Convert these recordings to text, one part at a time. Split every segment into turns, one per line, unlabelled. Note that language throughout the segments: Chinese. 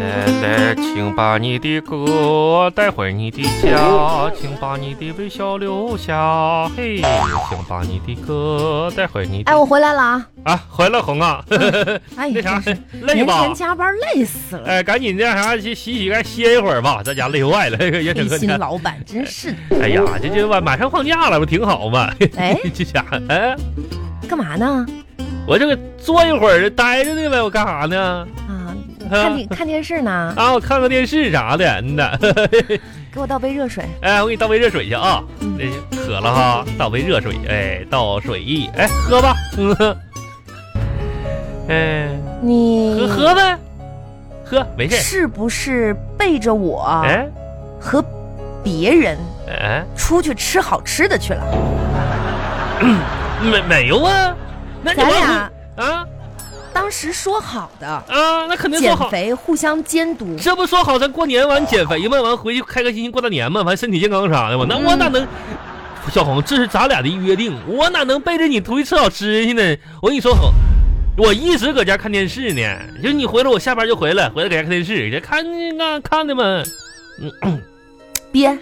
哎请把你的歌带回你的家，请把你的微笑留下。嘿，请把你的歌带回你的
哎，我回来了 啊！
啊，回来红 啊，
哎
那
呀，
啥
真是
累
年
吧
前？加班累死 了，
哎，赶紧那啥去洗洗干歇一会儿吧，在家累坏了。 这个也整
黑
个
心老板真是 的。
哎呀，这这晚马上放假了，不挺好吗？
哎，
这家伙，哎，
干嘛呢？
我这个坐一会儿待着呢呗，我干啥呢？
啊，
啊
看电看电 视呢，
啊，我看个电视啥的，嗯呐，
给我倒杯热水。
哎，我给你倒杯热水去啊，
嗯
那渴了哈，倒杯热水，哎，倒水意，哎，喝吧， 嗯，哎，
你
喝喝呗，喝，没事，
是不是背着我
哎，
和别人
哎，
出去吃好吃的去了？
没没有啊，那你
咱
往
俩
啊
当时说好的
啊，那肯定做
减
好。
肥，互相监督。
这不说好咱过年完减肥吗？完回去开开心心过大年吗？完身体健康啥的吗？那我哪能？小红，这是咱俩的约定，我哪能背着你出去吃好吃去呢？我跟你说好，我一直搁家看电视呢。就你回来，我下班就回来，回来搁家看电视，这看那看的嘛。
编，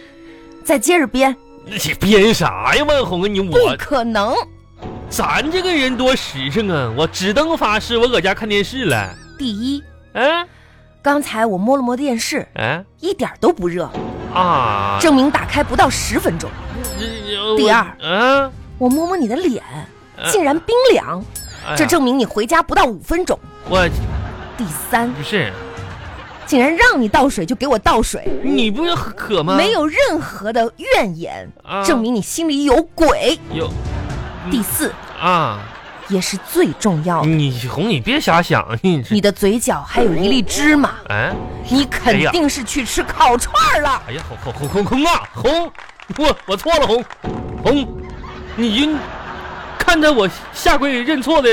再接着编，
那些编啥呀，万红啊你
不
我
可能！
咱这个人多实诚啊！我指灯发誓，我搁家看电视了。
第一，
哎
刚才我摸了摸电视，
哎
一点儿都不热，
啊！
证明打开不到十分钟。
这
第二
嗯、
我摸摸你的脸，
啊
竟然冰凉，
哎呀
这证明你回家不到五分钟。
我
第三，
不是。
竟然让你倒水就给我倒水，
你不是很渴吗？
没有任何的怨言，
啊
证明你心里有鬼。
有
第四，
啊！
也是最重要的，
你红，你别瞎想，你这
你的嘴角还有一粒芝麻，
哎
你肯定是去吃烤串儿了。
哎呀，红红红红红啊，红！我我错了，红红，你晕看在我下跪认错的，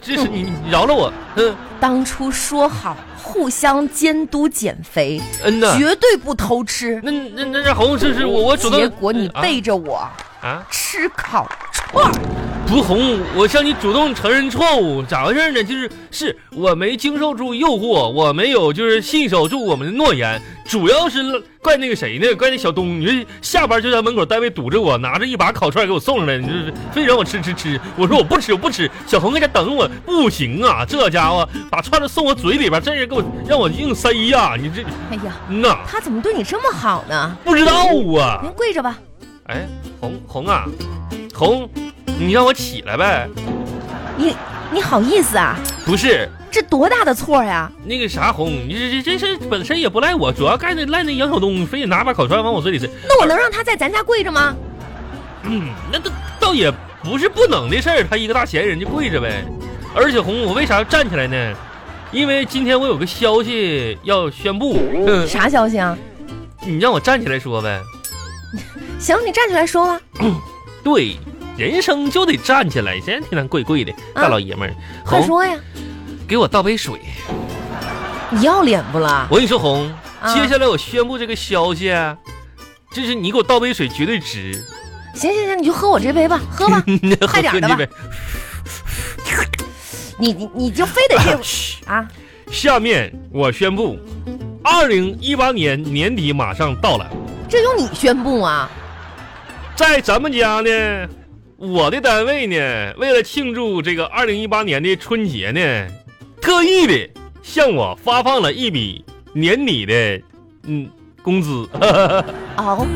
这是你你饶了我，嗯
当初说好互相监督减肥，
嗯呐，
绝对不偷吃，
那那那那红是是我我主动，
结果你
啊
背着我
啊
吃烤串儿。
不红，我向你主动承认错误，咋回事呢？就是是我没经受住诱惑，我没有就是信守住我们的诺言，主要是怪那个谁呢？怪那小东，你这下班就在门口单位堵着我，拿着一把烤串给我送上来，你就是非让我吃吃吃，我说我不吃我不吃，小红在这等我，不行啊，这家伙把串子送我嘴里边，这人给我让我硬塞呀、你这
哎呀，
嗯呐
他怎么对你这么好呢？
不知道啊，
您跪着吧，
哎红红啊红，你让我起来呗，
你你好意思啊？
不是。
这多大的错呀、
那个啥红，你这这这事本身也不赖我，主要赖那赖那杨晓东，非得拿把烤串往我嘴里塞。
那我能让他在咱家跪着吗？
嗯，那倒倒也不是不能的事儿，他一个大闲人就跪着呗。而且红，我为啥要站起来呢？因为今天我有个消息要宣布，嗯、
啥消息啊？
你让我站起来说呗。
行，你站起来说吧。
对，人生就得站起来，谁让天天跪跪的大老爷们儿。
嗯快
红，
说呀！
给我倒杯水。
你要脸不啦？
我跟你说，红，
啊
接下来我宣布这个消息啊，就是你给我倒杯水，绝对值。
行行行，你就喝我这杯吧，喝吧。快点儿的吧
呗。
你你你就非得 这啊？
下面我宣布，二零一八年年底马上到了，
这用你宣布啊？
在咱们家呢，我的单位呢，为了庆祝这个二零一八年的春节呢，特意的向我发放了一笔年底的嗯工资，
熬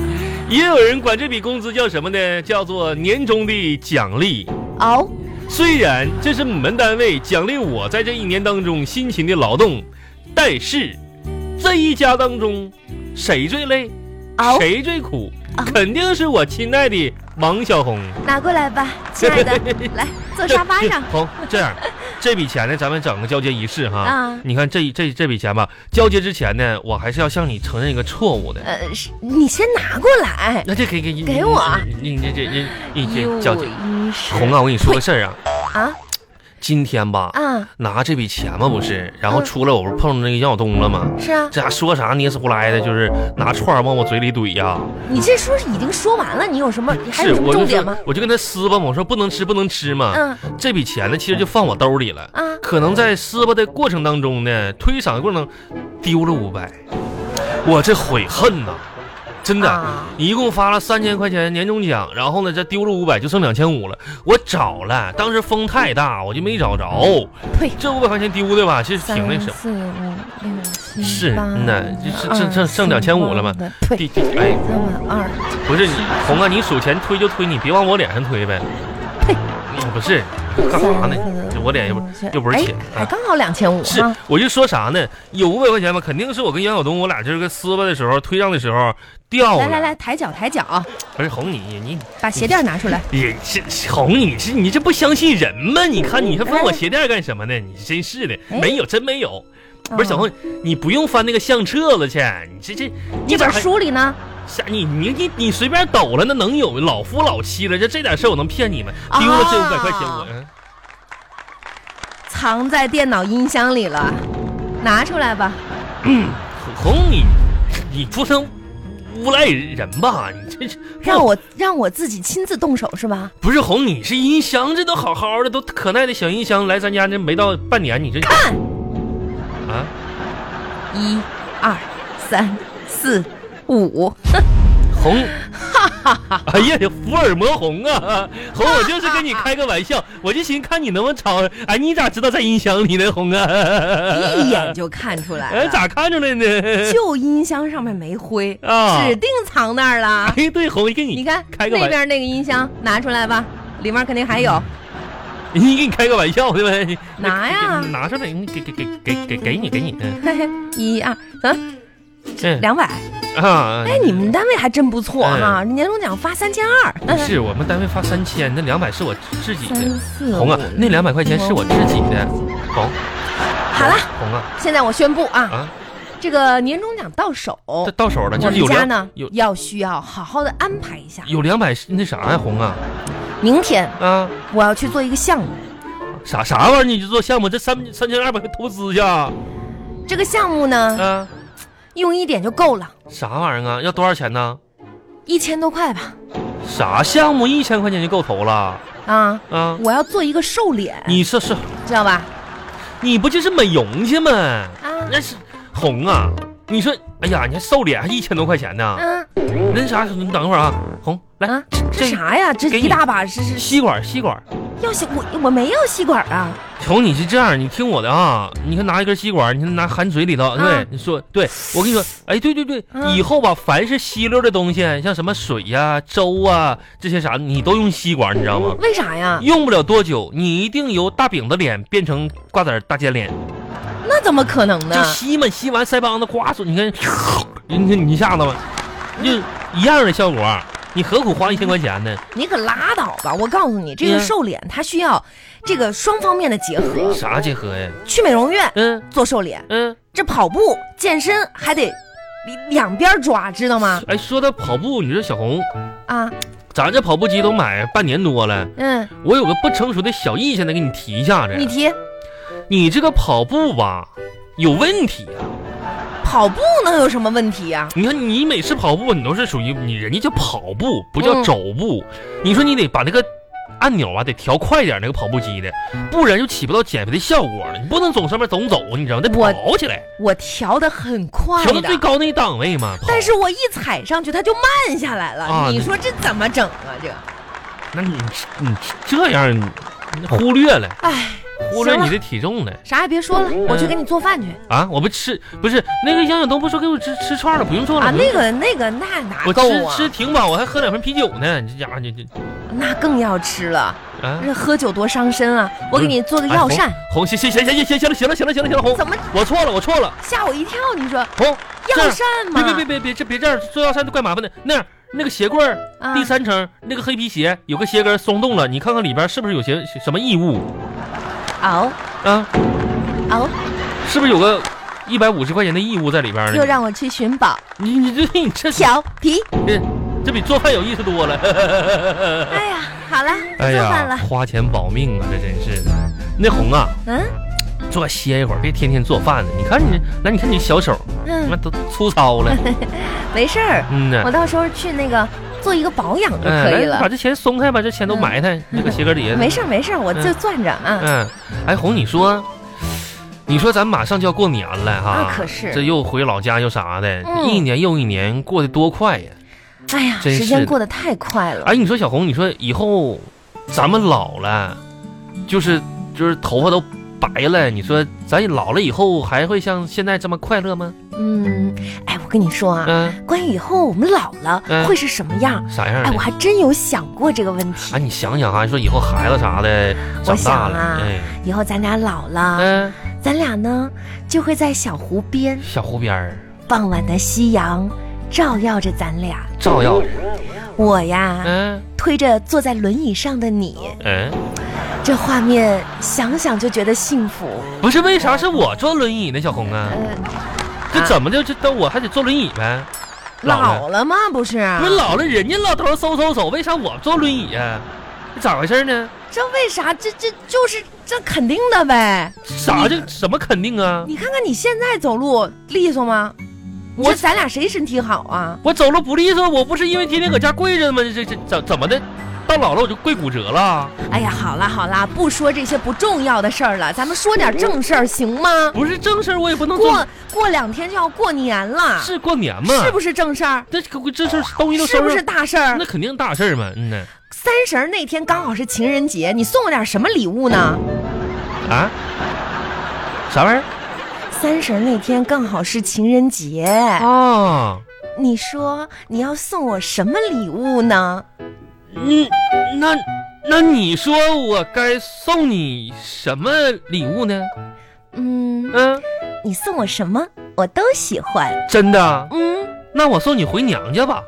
也有人管这笔工资叫什么呢？叫做年终的奖励。
熬
虽然这是你们单位奖励我在这一年当中辛勤的劳动，但是这一家当中，谁最累，
熬，
谁最苦
嗷，
肯定是我亲爱的王小红。。
拿过来吧，亲爱的，来坐沙发上
红，这样，这笔钱呢，咱们整个交接仪式哈。
啊
你看这这这笔钱吧，交接之前呢，我还是要向你承认一个错误的。
呃，是你先拿过来。哎
那这给给
给我，
你你你这你你这
又
交接。
一是
红啊，我跟你说个事儿啊，
啊，
今天吧，
啊，
拿这笔钱嘛不是，然后
嗯
出来我不碰上那个杨晓东了吗？
是啊，
这家说啥捏死胡来的，就是拿串儿往我嘴里怼呀、
你这说已经说完了，你有什么还
是，
有什么
我就
重点吗
说？我就跟他撕吧嘛，我说不能吃不能吃嘛。
嗯
这笔钱呢，其实就放我兜里了。
啊，
可能在撕吧的过程当中呢，推搡的过程当中丢了五百，我这悔恨呐、真的，
啊
一共发了三千块钱年终奖，然后呢，这丢了五百，就剩两千五了。我找了，当时风太大，我就没找着。
呸，
这五百块钱丢的吧，其实挺那什么。
四五六七
是
八
那这这这这
二
剩2500了吗
四五六呸，
第第哎，
三万二，
不是你红啊，你数钱推就推，你别往我脸上推呗。
呸
嗯，不是，干啥呢？这我脸又不又不是钱
嗯哎，还
啊。
刚好两千五
是
啊，，
我就说啥呢？有五百块钱吧，肯定是我跟杨晓东，我俩就是个撕吧的时候，推让的时候掉了。
来来来，，抬脚抬脚，
不是哄你，你
把鞋垫拿出来。
你这哄你这你这不相信人吗？你看你还翻我鞋垫干什么呢？你真是的，
哎
没有真没有。 不是
啊
小红，你不用翻那个相册了去，你这这
这
你咋
本
还
书里呢？
啥？你你你你随便抖了，那能有老夫老妻了？这这点事儿我能骗你们？
啊
丢了这五百块钱，我、嗯
藏在电脑音箱里了，拿出来吧。
哦呃红你你不能诬赖人吧？你这是
让我让我自己亲自动手是吧？
不是红，你是音箱，这都好好的，都可耐的小音箱，来咱家这没到半年，你这
看，
啊，
一、二、三、四、五，
红， 哎呀，福尔摩红啊，红，我就是跟你开个玩笑，我就寻思看你能不能吵，哎，你咋知道在音箱里呢，红啊？
一眼就看出来
哎，
了。
咋看出来呢？
就音箱上面没灰，
啊
指定藏那儿了。
哎，对，红，跟你
你看
开个
那
玩笑，
边那个音箱，拿出来吧，里面肯定还有。
你给你开个玩笑对吧？你
拿呀
你拿上来，你给给给给给给你给你，嗯
嘿嘿，一二三，
嗯
两百。
啊，
哎，你们单位还真不错哈，年终奖发三千二。
不是我们单位发三千，那两百是我自己
三
的，
四
红啊
五，
那两百块钱是我自己的，红，
好了，
红啊
现在我宣布啊，
啊，
这个年终奖到手，
这到手了，
我
就是
们
有
家
两
呢
有
要需要好好的安排一下。
有两百那啥呀，红啊
明天
啊，
我要去做一个项目，
啥啥玩意儿你就做项目，这三三千二百投资去啊，
这个项目呢
啊
用一点就够了，
啥玩意儿啊？要多少钱呢？
一千多块吧。
啥项目一千块钱就够投了
啊，
啊？
我要做一个瘦脸，
你是是
知道吧？
你不就是美容去吗？
啊，
那是红啊！你说，哎呀，你还瘦脸还一千多块钱呢？
嗯
那啥，你等一会儿啊，红啊来，
啊，这
这
啥呀？这
给
一
你
大把是是
吸管吸管。
要吸我我没要吸管啊，
瞅你是这样，你听我的啊，你看拿一根吸管，你拿含嘴里头，对，
啊
你说，对我跟你说，哎，对对对，
嗯
以后吧，凡是吸溜的东西，像什么水呀、粥啊这些啥，你都用吸管，你知道吗？
为啥呀？
用不了多久，你一定由大饼子脸变成瓜子儿大尖脸，
那怎么可能呢
就？吸嘛，吸完腮帮子刮出，你看，你看你一下子嘛，就一样的效果，你何苦花一千块钱呢？
你可拉倒吧！我告诉你，这个
嗯
瘦脸它需要这个双方面的结合，
啥结合呀？
去美容院
嗯
做瘦脸，
嗯，
这跑步健身还得两两边抓，知道吗？
哎，说到跑步，你说小红，
啊，
咱这跑步机都买半年多了。
嗯，
我有个不成熟的小意见，得给你提一下子。
你提
你这个跑步吧，有问题啊！
跑步能有什么问题呀、
你看你每次跑步，你都是属于你人家叫跑步，不叫
嗯
走步。你说你得把那个按钮啊，得调快点那个跑步机的，不然就起不到减肥的效果了。你不能总上面总走，啊你知道吗？得
我
跑起来，
我调的很快
调到
的
最，高那一档位嘛。跑
但是我一踩上去它就慢下来了。
啊
你
对
说这怎么整啊？这个，
那你你这样你忽略了
哎，
忽略
行了
你的体重了
啥也别说了，我去给你做饭去、
啊！我不吃，不是那个杨晓东不说给我吃吃串了，不用做了
啊！
不用
那个那个那哪
我
够
吃
啊？
吃挺饱，我还喝两瓶啤酒呢。你这家伙，你这
那更要吃了，
啊！
这喝酒多伤身啊！我给你做个
哎
药膳，，
红红行行行行行行了行了行了行了行了红，
怎么
我错了我错了，
吓我一跳？你说
红这
药
样
膳
别
吗？
别别别别这别这样做药膳都怪麻烦的。那样那个鞋柜儿
啊
第三层那个黑皮鞋有个鞋跟松动了，你看看里边是不是有些什么异物
熬
啊？
熬，
是不是有个一百五十块钱的异物在里边
又
呢？
让我去寻宝
你你这你这
调皮。
这比做饭有意思多了。
嗯哎呀，好了，做饭了。
花钱保命啊，这真是的。那红啊，
嗯
坐下歇一会儿，别天天做饭呢。你看你，来，你看你小手，那
嗯，
都粗糙 了。
没事儿，
嗯呢
我，到时候去那个做一个保养就可
哎
以
来把
了。
这钱松开，把这钱都
嗯
埋 汰这个鞋跟底下。
没事儿没事儿，我就
嗯
攥着啊。
嗯，哎，红，你说，你说咱马上就要过年了哈，
啊可是
这又回老家又啥的，
嗯
一年又一年过得多快呀！
哎呀，
真
时
是
间
的
过得太快了。
哎，你说小红，你说以后咱们老了，就是就是头发都白了，你说咱老了以后还会像现在这么快乐吗？
嗯，哎，我跟你说啊，
嗯、
关于以后我们老了
嗯
会是什么样？
啥样
哎，我
的？
还真有想过这个问题
啊，。你想想啊，你说以后孩子啥的
我
长大
想
了，
啊
哎，
以后咱俩老了，
嗯、
咱俩呢就会在小湖边，
小湖边儿
傍晚的夕阳照耀着咱俩。
照耀着，
我呀，
嗯
推着坐在轮椅上的你，
嗯、
这画面想想就觉得幸福。
不是为啥是我坐轮椅呢？小红啊，这
呃，啊
怎么就这到我还得坐轮椅呗？了
老了啊吗？不是，
不是老了，人家老头儿搜搜手，为啥我坐轮椅啊？这咋回事呢？
这为啥？这这就是这肯定的呗。
啥这什么肯定 啊？
你看看你现在走路利索吗？你
我
说咱俩谁身体好啊？
我走路不利索，我不是因为天天搁家跪着吗？这这怎怎么的？到老了我就跪骨折了？
哎呀，好啦好啦，不说这些不重要的事儿了，咱们说点正事儿行吗？
不是正事儿，我也不能做
过。过两天就要过年了，
是过年嘛？
是不是正事儿？
这这这事儿东西都
是
收
不
拾
是
了，
大事儿
那？肯定大事儿嘛。嗯呢，
三十儿那天刚好是情人节，你送我点什么礼物呢？
啊？啥玩意
三十儿那天刚好是情人节，
儿？啊？
你说你要送我什么礼物呢？
嗯，那那你说我该送你什么礼物呢？
嗯，
嗯，
你送我什么我都喜欢。
真的啊。
嗯，
那我送你回娘家吧。